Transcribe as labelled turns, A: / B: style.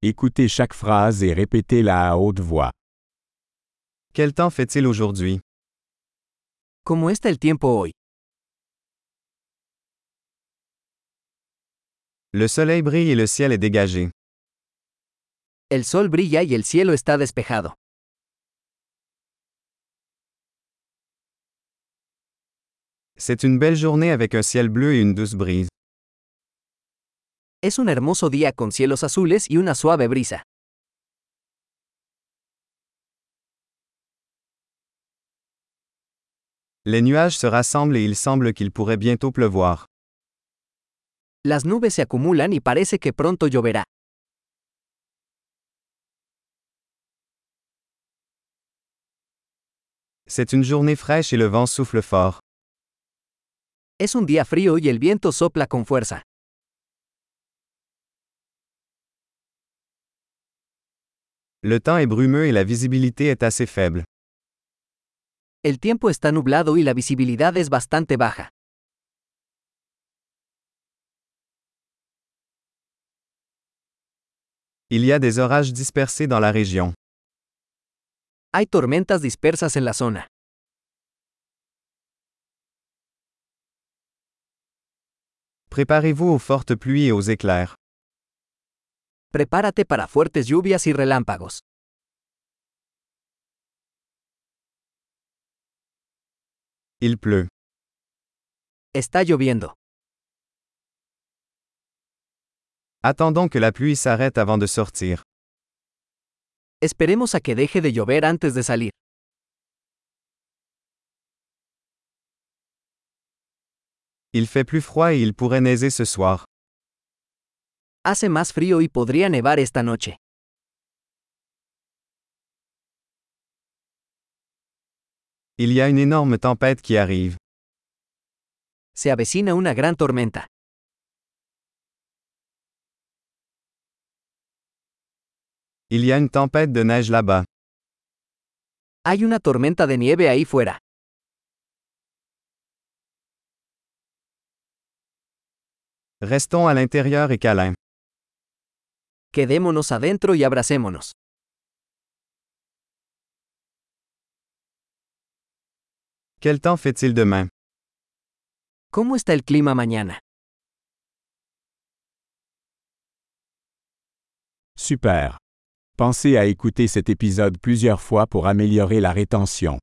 A: Écoutez chaque phrase et répétez-la à haute voix.
B: Quel temps fait-il aujourd'hui?
C: ¿Cómo está el tiempo hoy?
B: Le soleil brille et le ciel est dégagé.
C: El sol brilla y el cielo está despejado.
B: C'est une belle journée avec un ciel bleu et une douce brise.
C: Es un hermoso día con cielos azules y una suave brisa.
B: Les nuages se rassemblent et il semble qu'il pourrait bientôt pleuvoir.
C: Las nubes se acumulan y parece que pronto lloverá.
B: C'est une journée fraîche et le vent souffle fort.
C: Es un día frío y el viento sopla con fuerza.
B: Le temps est brumeux et la visibilité est assez faible.
C: El tiempo está nublado y la visibilidad es bastante baja.
B: Il y a des orages dispersés dans la région.
C: Hay tormentas dispersas en la zona.
B: Préparez-vous aux fortes pluies et aux éclairs.
C: Prepárate para fuertes lluvias y relámpagos.
B: Il pleut.
C: Está lloviendo.
B: Attendons que la pluie s'arrête avant de sortir.
C: Esperemos a que deje de llover antes de salir.
B: Il fait plus froid et il pourrait neiger ce soir.
C: Hace más frío y podría nevar esta noche.
B: Il y a une énorme tempête qui arrive.
C: Se avecina una gran tormenta.
B: Il y a une tempête de neige là-bas.
C: Hay una tormenta de nieve ahí fuera.
B: Restons à l'intérieur et câlin.
C: Quedémonos adentro y abracémonos.
B: Quel temps fait-il demain?
C: ¿Cómo está el clima mañana?
A: Super. Pensez à écouter cet épisode plusieurs fois pour améliorer la rétention.